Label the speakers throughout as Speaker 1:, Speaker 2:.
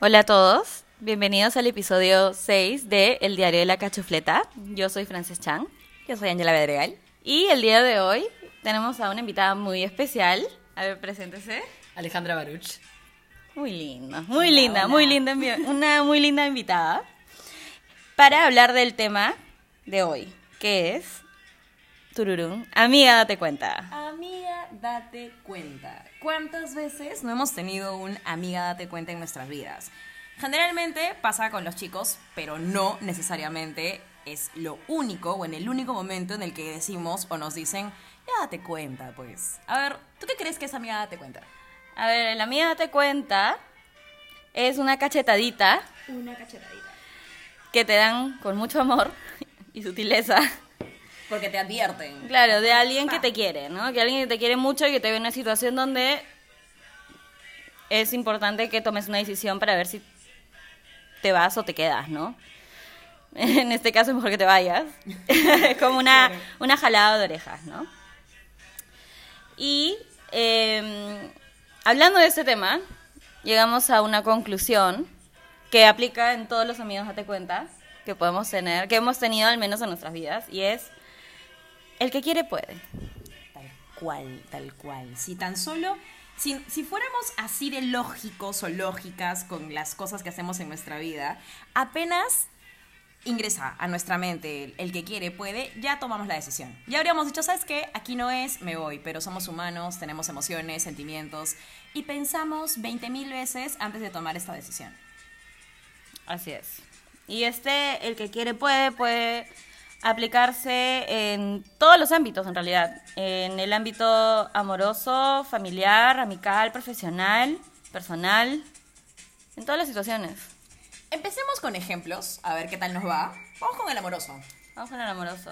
Speaker 1: Hola a todos, bienvenidos al episodio 6 de El Diario de la Cachufleta. Yo soy Frances Chan
Speaker 2: Yo soy Angela Bedregal.
Speaker 1: y el día de hoy tenemos a una invitada muy especial. A ver, preséntese.
Speaker 3: Alejandra Baruch.
Speaker 1: Muy linda, muy linda, muy linda, envi- una muy linda invitada para hablar del tema de hoy, que es Tururún. Amiga, date cuenta.
Speaker 2: Amiga, date cuenta. ¿Cuántas veces no hemos tenido un amiga, date cuenta en nuestras vidas? Generalmente pasa con los chicos, pero no necesariamente es lo único o en el único momento en el que decimos o nos dicen, ya date cuenta, pues. A ver, ¿tú qué crees que es amiga, date cuenta?
Speaker 1: A ver, el amiga, date cuenta es una cachetadita
Speaker 4: Una cachetadita.
Speaker 1: que te dan con mucho amor y sutileza.
Speaker 2: Porque te advierten.
Speaker 1: Claro, de alguien que te quiere, ¿no? Que alguien que te quiere mucho y que te ve en una situación donde es importante que tomes una decisión para ver si te vas o te quedas, ¿no? En este caso es mejor que te vayas. Es como una, una jalada de orejas, ¿no? Y eh, hablando de este tema, llegamos a una conclusión que aplica en todos los amigos, date cuenta, que podemos tener, que hemos tenido al menos en nuestras vidas, y es el que quiere puede.
Speaker 2: Tal cual, tal cual. Si tan solo, si, si fuéramos así de lógicos o lógicas con las cosas que hacemos en nuestra vida, apenas ingresa a nuestra mente el, el que quiere, puede, ya tomamos la decisión. Ya habríamos dicho, ¿sabes qué? Aquí no es, me voy, pero somos humanos, tenemos emociones, sentimientos y pensamos 20.000 veces antes de tomar esta decisión.
Speaker 1: Así es. Y este, el que quiere puede, puede aplicarse en todos los ámbitos en realidad. En el ámbito amoroso, familiar, amical, profesional, personal, en todas las situaciones.
Speaker 2: Empecemos con ejemplos, a ver qué tal nos va. Vamos con el amoroso.
Speaker 1: Vamos con el amoroso.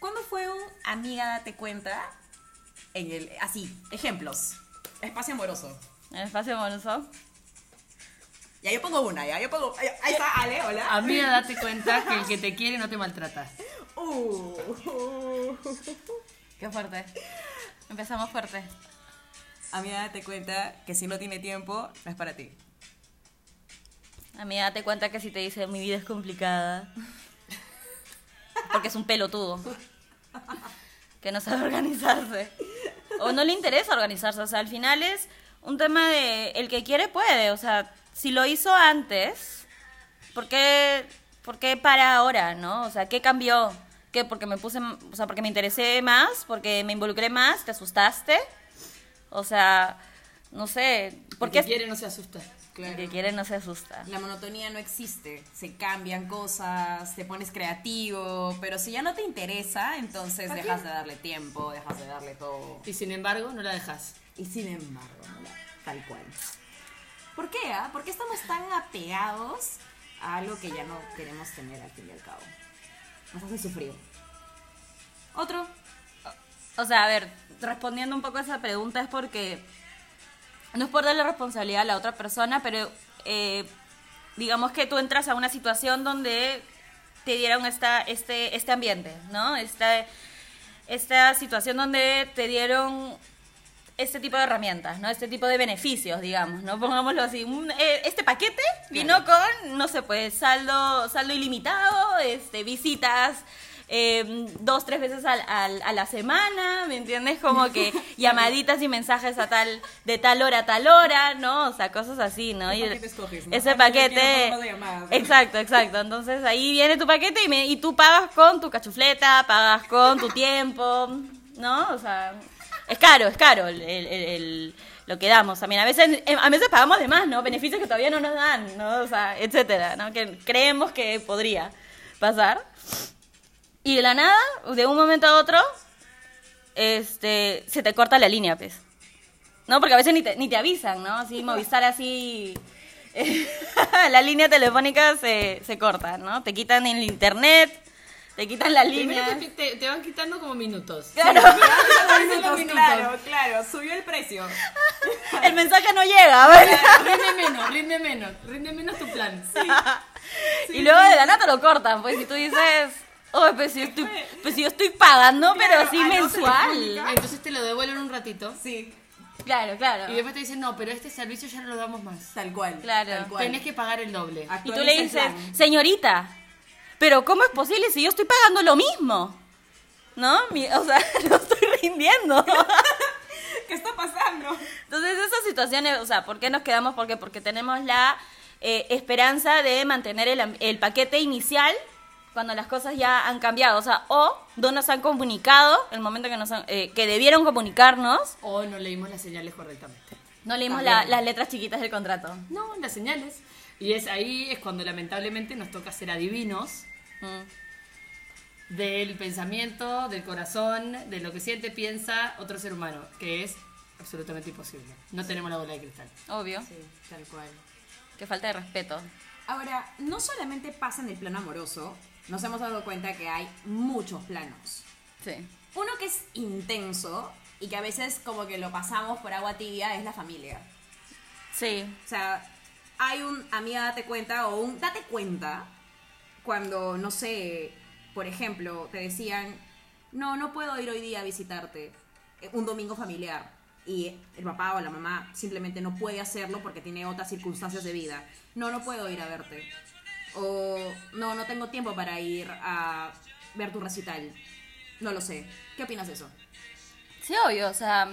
Speaker 2: ¿Cuándo fue un amiga date cuenta? En el, así, ejemplos. Espacio amoroso.
Speaker 1: En el espacio amoroso.
Speaker 2: Ya yo pongo una, ya yo pongo. Ahí ahí está Ale, hola.
Speaker 3: Amiga, date cuenta que el que te quiere no te maltrata.
Speaker 2: Uh.
Speaker 1: Qué fuerte. Empezamos fuerte.
Speaker 2: Amiga date cuenta que si no tiene tiempo, no es para ti.
Speaker 1: Amiga, date cuenta que si te dice mi vida es complicada. Porque es un pelotudo. Que no sabe organizarse. O no le interesa organizarse. O sea, al final es un tema de el que quiere puede. O sea, si lo hizo antes, ¿por qué, por qué para ahora, no? O sea, ¿qué cambió? ¿Qué? Porque me puse, o sea, porque me interesé más, porque me involucré más, te asustaste. O sea, no sé. ¿Por
Speaker 3: El que
Speaker 1: qué
Speaker 3: quiere no se asusta.
Speaker 1: el que quiere no se asusta?
Speaker 2: La monotonía no existe. Se cambian cosas, te pones creativo, pero si ya no te interesa, entonces dejas de darle tiempo, dejas de darle todo.
Speaker 3: Y sin embargo, no la dejas.
Speaker 2: Y sin embargo, no la- tal cual. ¿Por qué? ah? ¿Por qué estamos tan apegados a algo que ya no queremos tener al fin y al cabo? Nos hace sufrir. Otro.
Speaker 1: O sea, a ver, respondiendo un poco a esa pregunta es porque no es por darle responsabilidad a la otra persona, pero eh, digamos que tú entras a una situación donde te dieron esta, este, este ambiente, ¿no? Esta, esta situación donde te dieron este tipo de herramientas, ¿no? Este tipo de beneficios, digamos, ¿no? Pongámoslo así. un- eh, este paquete vino con, no sé, pues, saldo, saldo ilimitado, este, visitas eh, dos, tres veces al- al- a la semana, ¿me entiendes? Como que llamaditas y mensajes a tal, de tal hora a tal hora, ¿no? O sea, cosas así, ¿no?
Speaker 2: ¿Qué
Speaker 1: Y el-
Speaker 2: paquete escoges, no?
Speaker 1: Ese
Speaker 2: Ah, yo quiero un
Speaker 1: paquete.
Speaker 2: poco más de llamadas.
Speaker 1: Exacto, exacto. Entonces ahí viene tu paquete y, me- y tú pagas con tu cachufleta, pagas con tu tiempo, ¿no? O sea, es caro, es caro el, el- el- el- lo que damos. También a veces, eh, a veces pagamos de más, ¿no? Beneficios que todavía no nos dan, ¿no? O sea, etcétera, ¿no? Que creemos que podría pasar. Y de la nada, de un momento a otro, este, se te corta la línea, pues. No, porque a veces ni te, ni te avisan, ¿no? Así, Movistar así... eh, la línea telefónica se, se corta, ¿no? Te quitan el internet, te quitan la línea.
Speaker 3: Primero te, te- te van quitando como minutos.
Speaker 1: Claro,
Speaker 3: Minutos,
Speaker 2: claro, claro, subió el precio.
Speaker 1: el mensaje no llega, ¿vale?
Speaker 3: claro. Rinde menos, rinde menos, rinde menos tu plan.
Speaker 1: Y luego de la nata lo cortan, pues, y tú dices... Oh, pues si yo estoy, pues, si yo estoy pagando, pero
Speaker 2: Claro,
Speaker 1: así
Speaker 2: ah, no,
Speaker 1: mensual.
Speaker 3: Entonces te lo devuelven un ratito.
Speaker 2: Sí.
Speaker 1: Claro, claro.
Speaker 3: Y después te dicen, no, pero este servicio ya no lo damos más.
Speaker 2: Tal cual.
Speaker 1: Claro.
Speaker 2: Tal cual.
Speaker 3: Tenés que pagar el doble.
Speaker 1: Y tú le dices,
Speaker 2: Actualiza el plan.
Speaker 1: señorita, pero ¿cómo es posible si yo estoy pagando lo mismo? ¿No? Mi- o sea, no estoy rindiendo.
Speaker 2: ¿Qué está pasando?
Speaker 1: Entonces esas situaciones, o sea, ¿por qué nos quedamos? Porque porque tenemos la eh, esperanza de mantener el, am- el paquete inicial cuando las cosas ya han cambiado, o sea, o no nos han comunicado el momento que nos han- eh, que debieron comunicarnos,
Speaker 3: O no leímos las señales correctamente.
Speaker 1: no leímos la- las letras chiquitas del contrato.
Speaker 3: No, las señales. Y es ahí es cuando lamentablemente nos toca ser adivinos
Speaker 1: Mm.
Speaker 3: del pensamiento, del corazón, de lo que siente, piensa otro ser humano, que es absolutamente imposible. No tenemos la bola de cristal.
Speaker 1: Obvio,
Speaker 2: Sí, tal cual.
Speaker 1: que falta de respeto.
Speaker 2: Ahora, no solamente pasa en el plano amoroso, nos hemos dado cuenta que hay muchos planos.
Speaker 1: Sí.
Speaker 2: Uno que es intenso y que a veces como que lo pasamos por agua tibia es la familia.
Speaker 1: Sí.
Speaker 2: O sea, hay un amiga date cuenta o un date cuenta cuando, no sé, por ejemplo, te decían, no, no puedo ir hoy día a visitarte eh, un domingo familiar. Y el papá o la mamá simplemente no puede hacerlo porque tiene otras circunstancias de vida. No, no puedo ir a verte. O no, no tengo tiempo para ir a ver tu recital. No lo sé. ¿Qué opinas de eso?
Speaker 1: Sí, obvio, o sea,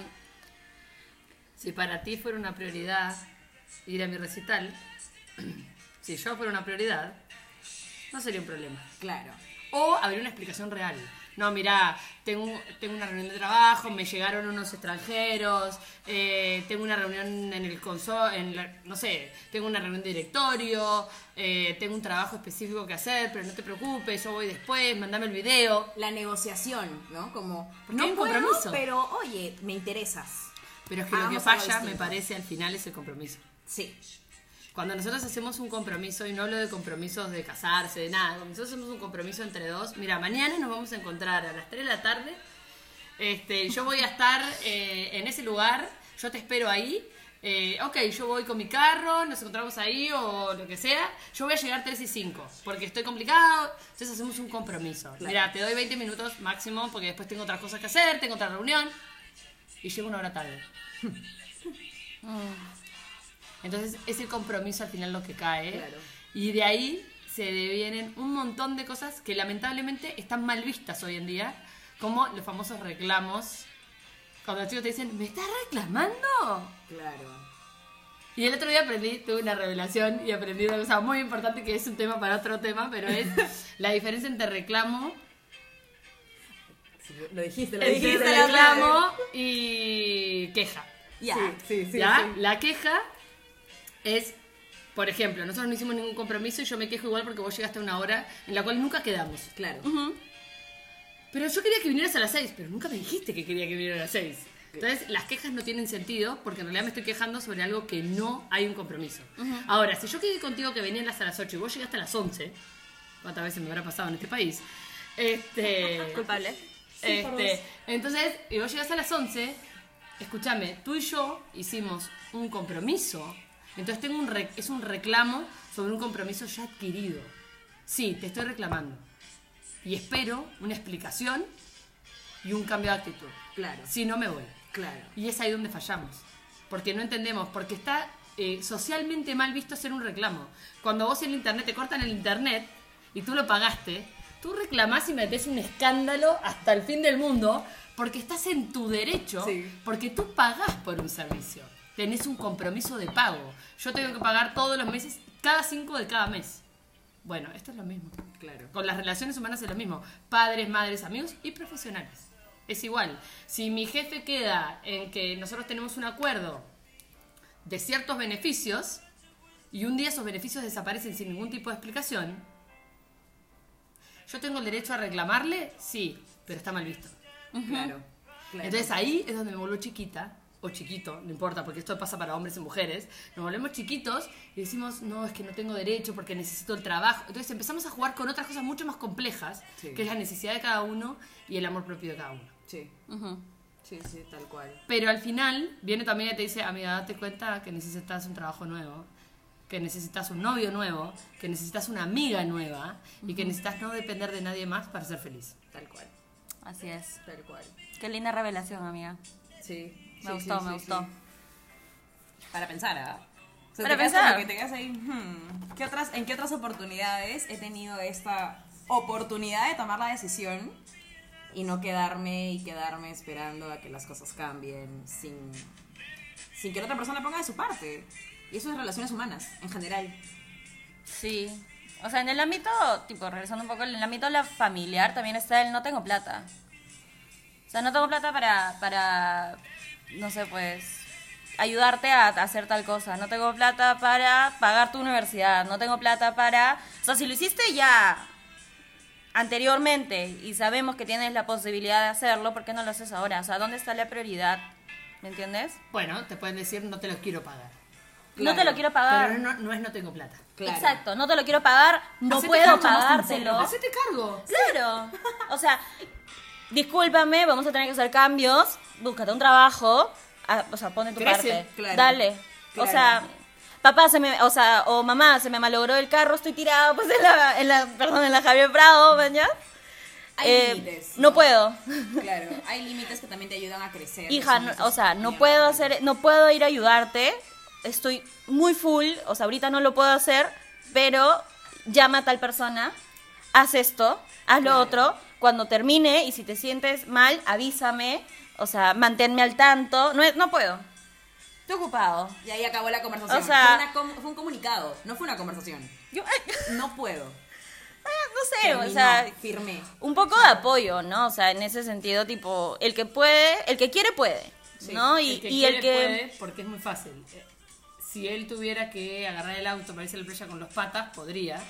Speaker 3: Si para ti fuera una prioridad ir a mi recital, si yo fuera una prioridad, no sería un problema.
Speaker 2: Claro.
Speaker 3: O habría una explicación real. No, mira, tengo, tengo una reunión de trabajo, me llegaron unos extranjeros, eh, tengo una reunión en el consol, en la- no sé, tengo una reunión de directorio, eh, tengo un trabajo específico que hacer, pero no te preocupes, yo voy después, mandame el video.
Speaker 2: La negociación, ¿no? Como,
Speaker 3: Porque
Speaker 2: no
Speaker 3: hay un
Speaker 2: puedo,
Speaker 3: compromiso.
Speaker 2: pero oye, me interesas.
Speaker 3: Pero es que lo que
Speaker 2: Hagamos algo
Speaker 3: falla, me
Speaker 2: distinto.
Speaker 3: parece, al final es el compromiso.
Speaker 2: Sí,
Speaker 3: Cuando nosotros hacemos un compromiso, y no hablo de compromisos de casarse, de nada, cuando nosotros hacemos un compromiso entre dos, mira, mañana nos vamos a encontrar a las 3 de la tarde, este, yo voy a estar eh, en ese lugar, yo te espero ahí, eh, ok, yo voy con mi carro, nos encontramos ahí o lo que sea, yo voy a llegar 3 y 5, porque estoy complicado, entonces hacemos un compromiso. Mira, te doy 20 minutos máximo, porque después tengo otras cosas que hacer, tengo otra reunión, y llego una hora tarde.
Speaker 2: Ah.
Speaker 3: Entonces es el compromiso al final lo que cae.
Speaker 2: Claro.
Speaker 3: Y de ahí se devienen un montón de cosas que lamentablemente están mal vistas hoy en día, como los famosos reclamos. Cuando los chicos te dicen, ¿me estás reclamando?
Speaker 2: claro.
Speaker 3: Y el otro día aprendí, tuve una revelación y aprendí una cosa muy importante que es un tema para otro tema, pero es la diferencia entre reclamo,
Speaker 2: Lo dijiste, lo dijiste.
Speaker 3: entre reclamo y queja.
Speaker 2: Ya.
Speaker 5: Sí,
Speaker 3: ¿Ya? La queja es, por ejemplo, nosotros no hicimos ningún compromiso y yo me quejo igual porque vos llegaste a una hora en la cual nunca quedamos.
Speaker 2: Claro.
Speaker 3: Pero yo quería que vinieras a las 6, pero nunca me dijiste que quería que vinieras a las 6. Entonces, las quejas no tienen sentido porque en realidad me estoy quejando sobre algo que no hay un compromiso. Ahora, si yo quedé contigo que venías a las 8 y vos llegaste a las 11, ¿cuántas veces me habrá pasado en este país? Este,
Speaker 1: Culpable.
Speaker 3: este, entonces, y vos llegás a las 11, escúchame, tú y yo hicimos un compromiso, entonces tengo un re- es un reclamo sobre un compromiso ya adquirido. Sí, te estoy reclamando. Y espero una explicación y un cambio de actitud.
Speaker 2: Claro.
Speaker 3: Si no, me voy.
Speaker 2: Claro.
Speaker 3: Y es ahí donde fallamos. Porque no entendemos, porque está eh, socialmente mal visto hacer un reclamo. Cuando vos en el internet te cortan el internet y tú lo pagaste, tú reclamás y metes un escándalo hasta el fin del mundo porque estás en tu derecho,
Speaker 2: Sí.
Speaker 3: porque tú pagás por un servicio. Tenés un compromiso de pago. Yo tengo que pagar todos los meses, cada cinco de cada mes. Bueno, esto es lo mismo.
Speaker 2: Claro.
Speaker 3: Con las relaciones humanas es lo mismo. Padres, madres, amigos y profesionales. Es igual. Si mi jefe queda en que nosotros tenemos un acuerdo de ciertos beneficios y un día esos beneficios desaparecen sin ningún tipo de explicación, ¿yo tengo el derecho a reclamarle? Sí, pero está mal visto.
Speaker 2: Claro. Claro.
Speaker 3: Entonces ahí es donde me vuelvo chiquita, o chiquito, no importa, porque esto pasa para hombres y mujeres. Nos volvemos chiquitos y decimos, no, es que no tengo derecho porque necesito el trabajo. Entonces empezamos a jugar con otras cosas mucho más complejas,
Speaker 2: Sí.
Speaker 3: que es la necesidad de cada uno y el amor propio de cada uno.
Speaker 2: Sí. Sí, sí, tal cual.
Speaker 3: Pero al final viene también y te dice, amiga, date cuenta que necesitas un trabajo nuevo, que necesitas un novio nuevo, que necesitas una amiga nueva y que necesitas no depender de nadie más para ser feliz.
Speaker 2: Tal cual.
Speaker 1: Así es.
Speaker 2: Tal cual.
Speaker 1: Qué linda revelación, amiga.
Speaker 2: Sí.
Speaker 1: Me gustó, me gustó.
Speaker 5: Para pensar, ¿ah? O sea,
Speaker 1: Para
Speaker 5: te quedas
Speaker 1: pensar.
Speaker 5: como que te quedas ahí, hmm, ¿qué otras, ¿en qué otras oportunidades he tenido esta oportunidad de tomar la decisión
Speaker 2: y no quedarme y quedarme esperando a que las cosas cambien sin, sin que la otra persona ponga de su parte. Y eso es relaciones humanas, en general.
Speaker 1: Sí. O sea, en el ámbito, tipo, regresando un poco, en el ámbito la familiar también está el no tengo plata. O sea, no tengo plata para, para no sé, pues, ayudarte a, a hacer tal cosa. No tengo plata para pagar tu universidad. No tengo plata para... O sea, si lo hiciste ya anteriormente y sabemos que tienes la posibilidad de hacerlo, ¿por qué no lo haces ahora? O sea, ¿dónde está la prioridad? ¿Me entiendes?
Speaker 3: Bueno, te pueden decir no te los quiero pagar.
Speaker 1: no te lo quiero pagar.
Speaker 3: Pero no, no es no tengo plata.
Speaker 2: Claro.
Speaker 1: Exacto, no te lo quiero pagar, no
Speaker 3: Hacete
Speaker 1: puedo
Speaker 3: cargo, más
Speaker 1: pagártelo.
Speaker 3: sincero. Hacete cargo.
Speaker 1: Claro. O sea, discúlpame, vamos a tener que hacer cambios. Búscate un trabajo. ah, o sea, pone tu
Speaker 3: Crece,
Speaker 1: parte.
Speaker 2: claro.
Speaker 1: Dale. O
Speaker 2: Claro.
Speaker 1: sea, papá se me, o sea, o mamá se me malogró el carro, estoy tirado pues en la, en la perdón, en la Javier Prado, mañana. Eh,
Speaker 2: Hay límites,
Speaker 1: no
Speaker 2: ¿no?
Speaker 1: puedo.
Speaker 2: Claro, hay límites que también te ayudan a crecer.
Speaker 1: Hija,
Speaker 2: Son
Speaker 1: no-
Speaker 2: esos-
Speaker 1: o sea, no
Speaker 2: mierda.
Speaker 1: puedo hacer, no puedo ir a ayudarte. Estoy muy full, o sea, ahorita no lo puedo hacer, pero llama a tal persona, haz esto, haz lo otro. Cuando termine y si te sientes mal, avísame, o sea, manténme al tanto. No, es- no puedo. Estoy ocupado.
Speaker 2: Y ahí acabó la conversación.
Speaker 1: O sea-
Speaker 2: fue, una com- fue un comunicado, no fue una conversación.
Speaker 1: Yo, ah,
Speaker 2: No puedo.
Speaker 1: no sé,
Speaker 2: Terminó,
Speaker 1: o sea,
Speaker 2: firmé.
Speaker 1: un poco de apoyo, ¿no? O sea, en ese sentido, tipo, el que puede, el que quiere puede, ¿no? Y
Speaker 3: el que
Speaker 1: y el
Speaker 3: quiere
Speaker 1: que...
Speaker 3: puede, porque es muy fácil. Eh, Si él tuviera que agarrar el auto para irse a la playa con los patas, podría.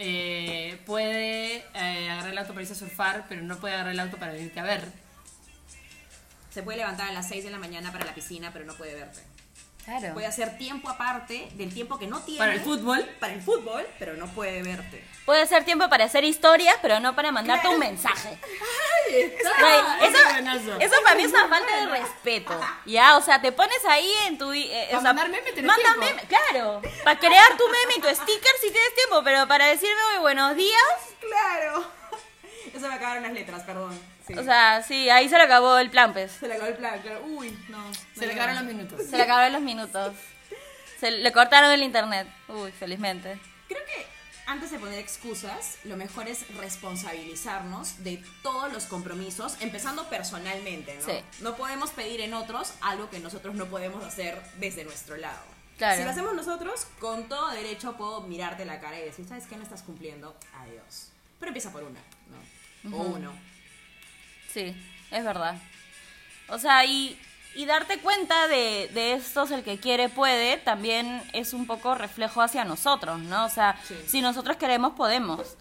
Speaker 3: Eh, puede eh, agarrar el auto para irse a surfar, pero no puede agarrar el auto para venirte a ver.
Speaker 2: Se puede levantar a las 6 de la mañana para la piscina, pero no puede verte.
Speaker 1: Claro.
Speaker 2: Puede hacer tiempo aparte del tiempo que no tiene.
Speaker 3: Para el fútbol.
Speaker 2: Para el fútbol, pero no puede verte.
Speaker 1: Puede ser tiempo para hacer historias, pero no para mandarte un mensaje. Güey,
Speaker 3: ese es buenazo.
Speaker 1: eso, eso para mí es una falta de respeto. Ya, o sea, te pones ahí en tu. eh,
Speaker 3: Para
Speaker 1: o sea,
Speaker 3: mandar meme tenés
Speaker 1: manda
Speaker 3: tiempo.
Speaker 1: meme, claro. Para crear tu meme y tu sticker si tienes tiempo, pero para decirme "Oye, buenos días.
Speaker 2: Claro. Eso me acabaron las letras, perdón. Sí.
Speaker 1: O sea, sí, ahí se le acabó el plan, pues.
Speaker 2: se le acabó el plan, claro. Uy, no.
Speaker 3: Se le acabaron los minutos.
Speaker 1: Se le acabaron los minutos. Se le cortaron el internet. Uy, felizmente.
Speaker 2: Creo que antes de poner excusas, lo mejor es responsabilizarnos de todos los compromisos, empezando personalmente, ¿no?
Speaker 1: Sí.
Speaker 2: No podemos pedir en otros algo que nosotros no podemos hacer desde nuestro lado.
Speaker 1: Claro.
Speaker 2: Si lo hacemos nosotros, con todo derecho puedo mirarte la cara y decir, ¿sabes qué? No estás cumpliendo. Adiós. Pero empieza por una, ¿no? O uno.
Speaker 1: Sí, es verdad. O sea, y, y darte cuenta de, de estos, el que quiere puede, también es un poco reflejo hacia nosotros, ¿no? O sea,
Speaker 2: Sí.
Speaker 1: si nosotros queremos, podemos.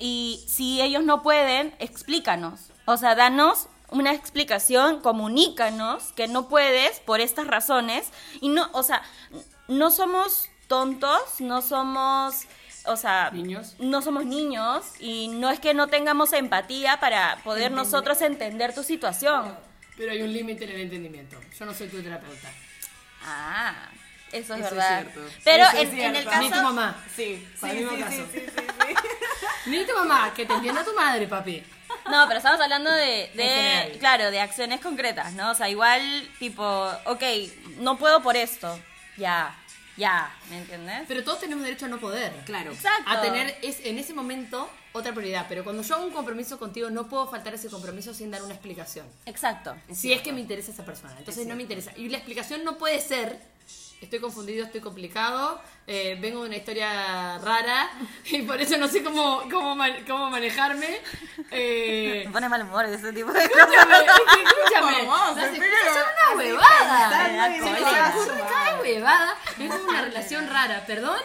Speaker 1: Y si ellos no pueden, explícanos. O sea, danos una explicación, comunícanos que no puedes por estas razones. Y no, o sea, no somos tontos, no somos, o sea,
Speaker 3: Niños.
Speaker 1: no somos niños y no es que no tengamos empatía para poder nosotros entender tu situación.
Speaker 3: Pero hay un límite en el entendimiento. Yo no soy tu terapeuta.
Speaker 1: Ah, eso es
Speaker 2: Eso es
Speaker 1: verdad.
Speaker 2: cierto.
Speaker 1: Pero
Speaker 2: Eso es
Speaker 1: en, en el
Speaker 2: cierto.
Speaker 1: caso...
Speaker 3: Ni tu mamá.
Speaker 2: Sí,
Speaker 3: Para el mismo caso.
Speaker 2: sí, sí,
Speaker 3: Ni tu mamá, que te entienda tu madre, papi.
Speaker 1: No, pero estamos hablando de, de-
Speaker 3: general.
Speaker 1: claro, de acciones concretas, ¿no? O sea, igual, tipo, ok, no puedo por esto. Ya, ya, ¿me entiendes?
Speaker 3: Pero todos tenemos derecho a no poder.
Speaker 2: Claro.
Speaker 1: Exacto.
Speaker 3: A tener es, en ese momento otra prioridad. Pero cuando yo hago un compromiso contigo, no puedo faltar a ese compromiso sin dar una explicación.
Speaker 1: Exacto.
Speaker 3: si es que me interesa esa persona. Entonces no me interesa. Y la explicación no puede ser. Estoy confundido, estoy complicado, eh, vengo de una historia rara y por eso no sé cómo, cómo, man- cómo manejarme. Eh,
Speaker 1: Me pone mal humor ese tipo de cosas.
Speaker 3: escúchame, escúchame.
Speaker 2: Vamos,
Speaker 3: Las
Speaker 2: primero.
Speaker 3: excusas son una huevada.
Speaker 1: pensando y
Speaker 3: Se les
Speaker 1: diciendo,
Speaker 3: ocurre cada huevada. Es una relación rara, perdón.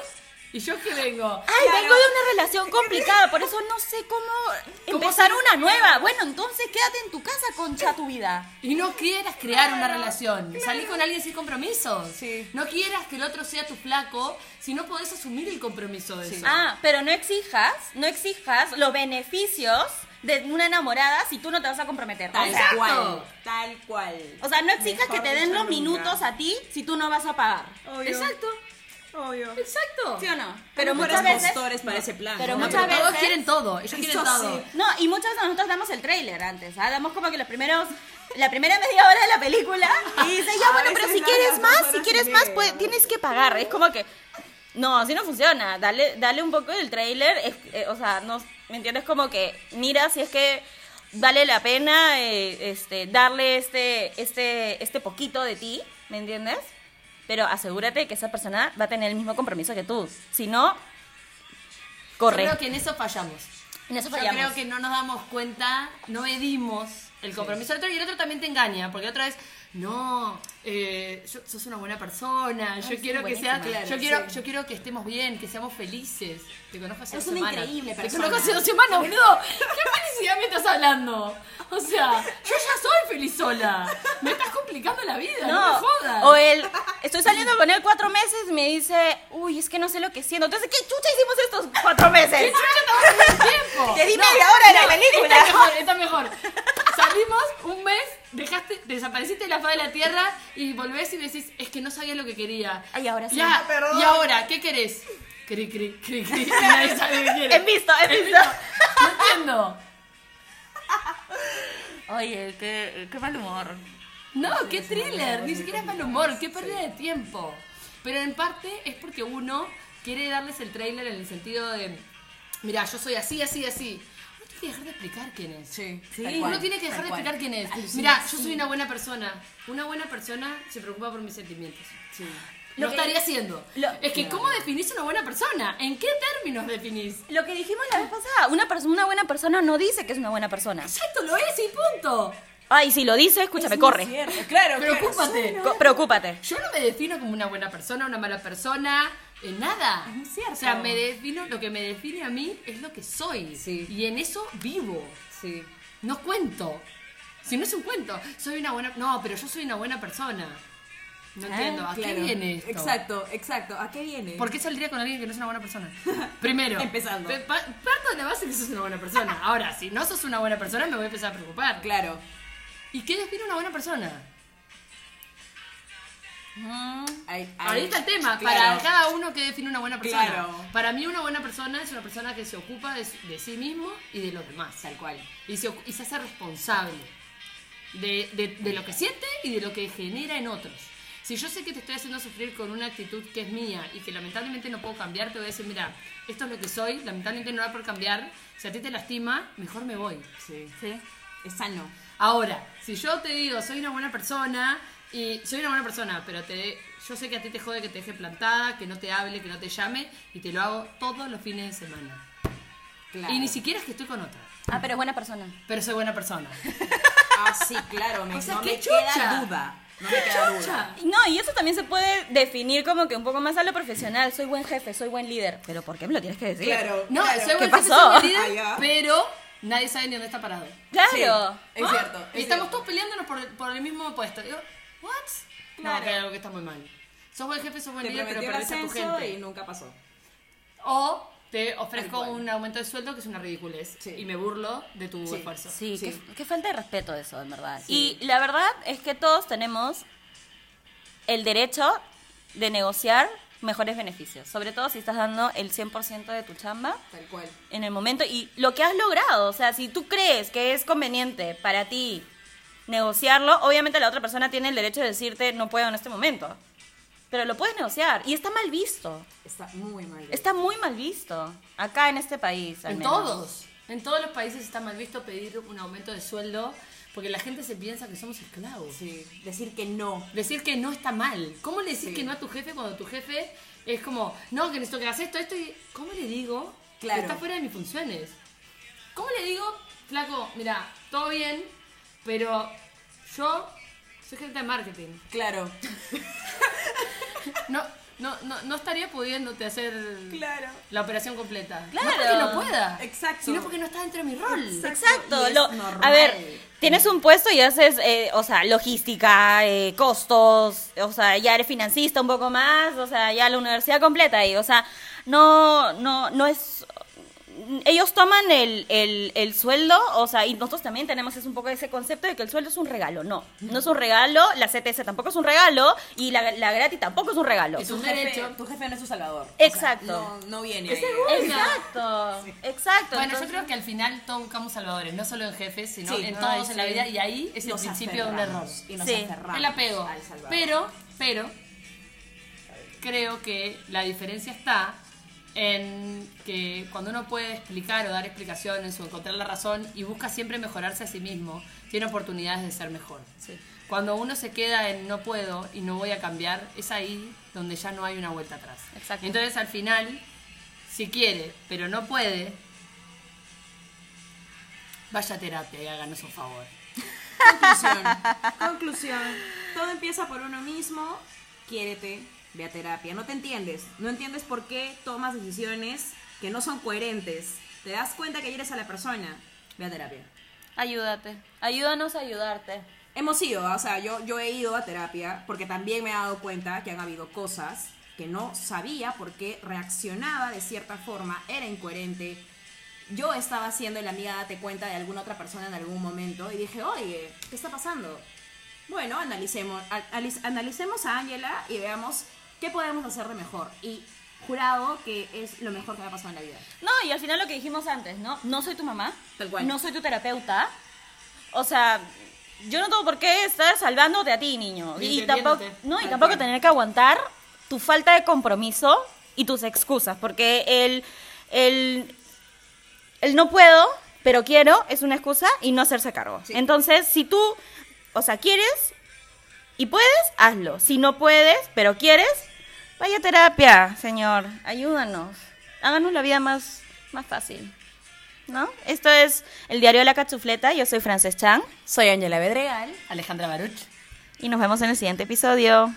Speaker 3: ¿Y yo que vengo?
Speaker 1: Ay, vengo de una relación complicada, por eso no sé cómo empezar una nueva. Bueno, entonces quédate en tu casa, concha tu vida.
Speaker 3: Y no quieras crear una relación. Salir con alguien sin compromisos. No quieras que el otro sea tu flaco si no podés asumir el compromiso de eso.
Speaker 1: Ah, pero no exijas, no exijas los beneficios de una enamorada si tú no te vas a comprometer.
Speaker 2: Tal
Speaker 1: O sea,
Speaker 2: cual. Tal cual.
Speaker 1: o sea, no exijas que
Speaker 2: Mejor
Speaker 1: te den
Speaker 2: dicho,
Speaker 1: los
Speaker 2: nunca.
Speaker 1: minutos a ti si tú no vas a pagar.
Speaker 2: Obvio.
Speaker 1: Exacto.
Speaker 2: Obvio.
Speaker 3: Exacto.
Speaker 2: ¿Sí o no?
Speaker 1: Pero
Speaker 2: Pero
Speaker 1: muchas
Speaker 2: muchos
Speaker 1: veces-
Speaker 2: postores para ese plan.
Speaker 1: pero
Speaker 3: No,
Speaker 1: muchas
Speaker 3: pero todos
Speaker 1: veces-
Speaker 3: quieren todo, ellos quieren
Speaker 2: Eso
Speaker 3: todo.
Speaker 2: sí.
Speaker 1: No, y muchas veces nosotros damos el tráiler antes, ¿ah? Damos como que los primeros, la primera media hora de la película y dices,
Speaker 3: Ah,
Speaker 1: ya
Speaker 2: A
Speaker 1: bueno, pero
Speaker 2: veces
Speaker 1: si
Speaker 2: da
Speaker 1: quieres
Speaker 2: las
Speaker 1: más,
Speaker 2: dos
Speaker 1: si
Speaker 2: horas
Speaker 1: quieres
Speaker 2: y
Speaker 1: más,
Speaker 2: media,
Speaker 1: pues,
Speaker 2: ¿no?
Speaker 1: tienes que pagar. Es como que, no, así no funciona. Dale, dale un poco del tráiler, es- eh, o sea, no, ¿me entiendes? Como que mira si es que vale la pena eh, este, darle este, este, este poquito de ti, ¿me entiendes? Pero asegúrate que esa persona va a tener el mismo compromiso que tú. Si no, corre.
Speaker 3: Yo creo que en eso fallamos.
Speaker 1: En eso
Speaker 3: Yo
Speaker 1: fallamos.
Speaker 3: creo que no nos damos cuenta, no medimos el compromiso del otro y el otro también te engaña, porque otra vez, no, eh, yo- sos una buena persona, yo quiero que
Speaker 1: buenísima.
Speaker 3: sea, yo, quiero, yo quiero que estemos bien, que seamos felices. Te conozco hace
Speaker 2: Es
Speaker 3: dos
Speaker 2: una
Speaker 3: semanas.
Speaker 2: increíble
Speaker 3: Te
Speaker 2: persona.
Speaker 3: conozco hace dos semanas, boludo. ¿Qué felicidad me estás hablando? O sea, yo ya soy feliz sola. Me estás complicando la vida, no, me jodas.
Speaker 1: O él, estoy saliendo con él cuatro meses y me dice, uy, es que no sé lo que siento. Entonces, ¿qué chucha hicimos estos cuatro meses?
Speaker 3: tiempo.
Speaker 1: Te di media hora de la película.
Speaker 3: Está mejor, está mejor. Salimos un mes, dejaste, desapareciste de la faz de la tierra y volvés y decís, es que no sabía lo que quería.
Speaker 1: Ay, ahora sí.
Speaker 3: Ya,
Speaker 1: Ah,
Speaker 2: perdón.
Speaker 3: y ahora, ¿qué querés? Cri, cri, cri, cri. Y nadie sabe qué quiere.
Speaker 1: He visto, he visto.
Speaker 3: No entiendo.
Speaker 1: Oye, qué, qué mal humor.
Speaker 3: No, qué thriller, ni siquiera es mal humor, qué pérdida de tiempo. Pero en parte es porque uno quiere darles el trailer en el sentido de, mira, yo soy así, así, así. Uno tiene que dejar de explicar quién es.
Speaker 2: Sí,
Speaker 1: Sí,
Speaker 2: tal
Speaker 1: uno
Speaker 2: cual,
Speaker 3: Uno tiene que dejar
Speaker 2: tal
Speaker 3: de
Speaker 2: cual.
Speaker 3: explicar quién es.
Speaker 2: Alucina,
Speaker 3: Mira, yo
Speaker 2: sí.
Speaker 3: soy una buena persona. Una buena persona se preocupa por mis sentimientos.
Speaker 2: Sí.
Speaker 1: Lo
Speaker 3: Lo,
Speaker 1: que-
Speaker 3: estaría haciendo.
Speaker 1: lo-
Speaker 3: es que, ¿cómo definís una buena persona? ¿En qué términos definís?
Speaker 1: Lo que dijimos la vez pasada, una, perso- una buena persona no dice que es una buena persona.
Speaker 3: Exacto, lo es y punto.
Speaker 1: Ay, si lo dice, escúchame,
Speaker 2: Es
Speaker 1: corre.
Speaker 2: muy cierto, Claro, claro.
Speaker 3: Preocúpate.
Speaker 1: Co- preocúpate.
Speaker 3: Yo no me defino como una buena persona, una mala persona, eh, nada.
Speaker 2: Es muy cierto.
Speaker 3: O sea, me defino, lo que me define a mí es lo que soy.
Speaker 2: Sí.
Speaker 3: Y en eso vivo.
Speaker 2: Sí.
Speaker 3: No cuento. Si no es un cuento, soy una buena. No, pero yo soy una buena persona. No entiendo. ¿A qué
Speaker 2: Ah, Claro.
Speaker 3: viene esto?
Speaker 2: Exacto, exacto. ¿A qué viene?
Speaker 3: ¿Por qué saldría con alguien que no es una buena persona? Primero.
Speaker 2: Empezando.
Speaker 3: pe- pa- Parto de la base que sos una buena persona. Ahora, si no sos una buena persona, me voy a empezar a preocupar.
Speaker 2: Claro.
Speaker 3: ¿Y qué define una buena persona?
Speaker 2: Ahí, ahí-
Speaker 3: Ahí está el tema, para
Speaker 2: claro.
Speaker 3: cada uno que define una buena persona.
Speaker 2: Claro.
Speaker 3: Para mí una buena persona es una persona que se ocupa de, de sí mismo y de los demás.
Speaker 2: Tal cual.
Speaker 3: Y se, ocu- y se hace responsable de, de- de lo que siente y de lo que genera en otros. Si yo sé que te estoy haciendo sufrir con una actitud que es mía y que lamentablemente no puedo cambiar, te voy a decir, mira, esto es lo que soy, lamentablemente no va por cambiar, si a ti te lastima, mejor me voy.
Speaker 2: Sí.
Speaker 1: Sí.
Speaker 2: Es sano.
Speaker 3: Ahora, si yo te digo, soy una buena persona, y soy una buena persona, pero te, yo sé que a ti te jode que te deje plantada, que no te hable, que no te llame, y te lo hago todos los fines de semana.
Speaker 2: Claro.
Speaker 3: Y ni siquiera es que estoy con otra,
Speaker 1: Ah, pero es buena persona.
Speaker 3: pero soy buena persona.
Speaker 2: Ah, sí, claro. Me,
Speaker 3: O sea,
Speaker 2: no
Speaker 3: qué
Speaker 2: me
Speaker 3: chucha.
Speaker 2: queda duda. No me queda duda.
Speaker 1: No, y eso también se puede definir como que un poco más a lo profesional. Soy buen jefe, soy buen líder. Pero ¿por qué me lo tienes que decir?
Speaker 2: Claro.
Speaker 3: No,
Speaker 2: claro.
Speaker 3: soy
Speaker 1: ¿Qué
Speaker 3: buena persona,
Speaker 1: pasó?
Speaker 3: soy buen líder,
Speaker 2: Ah, ya.
Speaker 3: pero nadie sabe ni dónde está parado.
Speaker 1: Claro.
Speaker 2: Sí, es
Speaker 3: ¿Ah?
Speaker 2: cierto.
Speaker 3: Y
Speaker 2: es
Speaker 3: estamos
Speaker 2: cierto.
Speaker 3: todos peleándonos por el, por el mismo puesto. Digo, ¿what? No,
Speaker 1: Claro.
Speaker 3: que hay algo que está muy mal. Sos buen jefe, sos buen
Speaker 2: Te
Speaker 3: líder, pero
Speaker 2: prometió el
Speaker 3: perdés a tu
Speaker 2: ascenso
Speaker 3: gente.
Speaker 2: y nunca pasó.
Speaker 3: O te ofrezco
Speaker 2: Tal cual.
Speaker 3: un aumento de sueldo que es una ridiculez
Speaker 2: Sí.
Speaker 3: y me burlo de tu
Speaker 2: Sí.
Speaker 3: esfuerzo.
Speaker 1: Sí,
Speaker 2: Sí.
Speaker 1: Qué, qué falta de respeto eso, en verdad.
Speaker 2: Sí.
Speaker 1: Y la verdad es que todos tenemos el derecho de negociar mejores beneficios, sobre todo si estás dando el 100% de tu chamba
Speaker 2: Tal cual.
Speaker 1: en el momento y lo que has logrado, o sea, si tú crees que es conveniente para ti negociarlo, obviamente la otra persona tiene el derecho de decirte no puedo en este momento, pero lo puedes negociar y está mal visto,
Speaker 2: Está muy mal.
Speaker 1: está muy mal visto acá en este país. al
Speaker 3: En
Speaker 1: menos.
Speaker 3: todos. En todos los países está mal visto pedir un aumento de sueldo porque la gente se piensa que somos esclavos.
Speaker 2: Sí. Decir que no.
Speaker 3: Decir que no está mal. ¿Cómo le decís
Speaker 2: Sí.
Speaker 3: que no a tu jefe cuando tu jefe es como, no, que necesito que hagas esto, esto y... ¿Cómo le digo
Speaker 2: Claro.
Speaker 3: que está fuera de mis funciones? ¿Cómo le digo, flaco, mira, todo bien, pero yo soy gente de marketing?
Speaker 2: Claro.
Speaker 3: No, no, no, no estaría pudiéndote hacer
Speaker 2: Claro.
Speaker 3: la operación completa. No
Speaker 1: Claro.
Speaker 3: porque no pueda.
Speaker 2: Exacto.
Speaker 3: Sino porque no está dentro de mi rol.
Speaker 1: Exacto.
Speaker 2: Y es
Speaker 1: lo-
Speaker 2: normal.
Speaker 1: a ver, tienes un puesto y haces, eh, o sea, logística, eh, costos, o sea, ya eres financista un poco más, o sea, ya la universidad completa y, o sea, no, no, no es, ellos toman el, el- el sueldo, o sea, y nosotros también tenemos es un poco ese concepto de que el sueldo es un regalo. No, no es un regalo, la CTS tampoco es un regalo y la, la gratis tampoco es un regalo.
Speaker 3: Es
Speaker 2: Tu
Speaker 3: un
Speaker 2: jefe,
Speaker 3: derecho.
Speaker 2: tu jefe no es su salvador. O sea,
Speaker 1: Exacto.
Speaker 2: no, no viene. ahí.
Speaker 1: Exacto, exacto.
Speaker 3: Bueno,
Speaker 1: entonces-
Speaker 3: yo creo que al final todos buscamos salvadores, no solo en jefes, sino
Speaker 2: Sí,
Speaker 3: en
Speaker 2: no,
Speaker 3: todos
Speaker 2: sí.
Speaker 3: en la vida, y ahí es el
Speaker 2: Nos
Speaker 3: principio de un error.
Speaker 2: aferramos Y nos
Speaker 1: Sí.
Speaker 2: aferramos
Speaker 3: El apego.
Speaker 2: al salvador.
Speaker 3: Pero, pero, creo que la diferencia está en que cuando uno puede explicar o dar explicaciones o encontrar la razón y busca siempre mejorarse a sí mismo, tiene oportunidades de ser mejor. Cuando uno se queda en no puedo y no voy a cambiar, es ahí donde ya no hay una vuelta atrás.
Speaker 1: Exacto.
Speaker 3: Entonces al final, si quiere, pero no puede, vaya a terapia y háganos un favor.
Speaker 2: Conclusión. Conclusión. Todo empieza por uno mismo. Quiérete, ve a terapia. No te entiendes. No entiendes por qué tomas decisiones que no son coherentes. Te das cuenta que eres a la persona. Ve a terapia.
Speaker 1: Ayúdate, ayúdanos a ayudarte.
Speaker 2: Hemos ido, o sea, yo, yo he ido a terapia porque también me he dado cuenta que han habido cosas que no sabía porque reaccionaba de cierta forma, era incoherente. Yo estaba siendo la amiga date cuenta de alguna otra persona en algún momento y dije, oye, ¿qué está pasando? Bueno, analicemos, a- alis- analicemos a Ángela y veamos qué podemos hacer de mejor. Y jurado que es lo mejor que me ha pasado en la vida.
Speaker 1: No, y al final lo que dijimos antes, ¿no? No soy tu mamá.
Speaker 2: Tal cual.
Speaker 1: No soy tu terapeuta. O sea, yo no tengo por qué estar salvándote a ti, niño.
Speaker 3: Ni
Speaker 1: Y
Speaker 3: entendiéndote.
Speaker 1: tampoco, no, y
Speaker 3: Tal
Speaker 1: tampoco
Speaker 3: cual.
Speaker 1: tener que aguantar tu falta de compromiso y tus excusas. Porque el, el, el no puedo, pero quiero es una excusa y no hacerse cargo. Entonces, si tú, o sea, quieres y puedes, hazlo. Si no puedes, pero quieres, vaya a terapia, señor. Ayúdanos. Háganos la vida más, más fácil. ¿No? Esto es el diario de la cachufleta. Yo soy Frances Chan
Speaker 5: Soy Ángela Bedregal.
Speaker 3: Alejandra Baruch.
Speaker 1: y nos vemos en el siguiente episodio.